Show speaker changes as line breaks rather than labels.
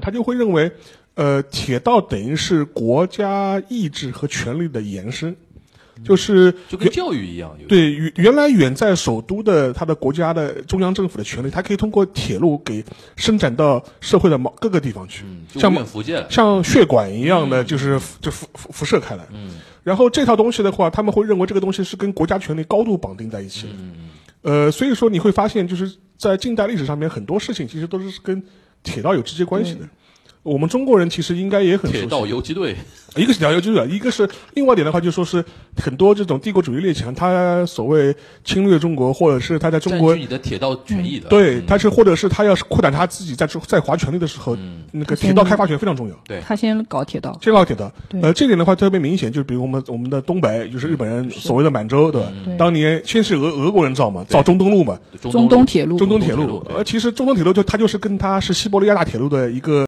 他就会认为，呃，铁道等于是国家意志和权力的延伸，就是
就跟教育一样，有
对原原来远在首都的他的国家的中央政府的权力，它可以通过铁路给伸展到社会的某各个地方去，
嗯就
像
无远弗届了，
像血管一样的，就是就辐辐辐射开来。
嗯
然后这套东西的话，他们会认为这个东西是跟国家权力高度绑定在一起的。
嗯，
呃，所以说你会发现，就是在近代历史上面，很多事情其实都是跟铁道有直接关系的。我们中国人其实应该也很熟
铁
悉
道游击队，
一个是条游击队，一个是另外一点的话，就说是很多这种帝国主义列强，他所谓侵略中国，或者是他在中
占
国
据，你的铁道权益的，
对，
嗯
他是或者是他要是扩展他自己在中在华权力的时候，
嗯
那个铁道开发权非常重要。
对
他先搞铁道，
这道铁道，
对
呃，这点的话特别明显，就是比如我们我们的东北，就是日本人所谓的满洲，对吧？
嗯
对
当年先是俄俄国人造嘛，造中东路嘛，
中
中
东
东铁路，
中东
铁
铁
路
路，
对
呃，其实中东铁路就它就是跟它是西伯利亚大铁路的一个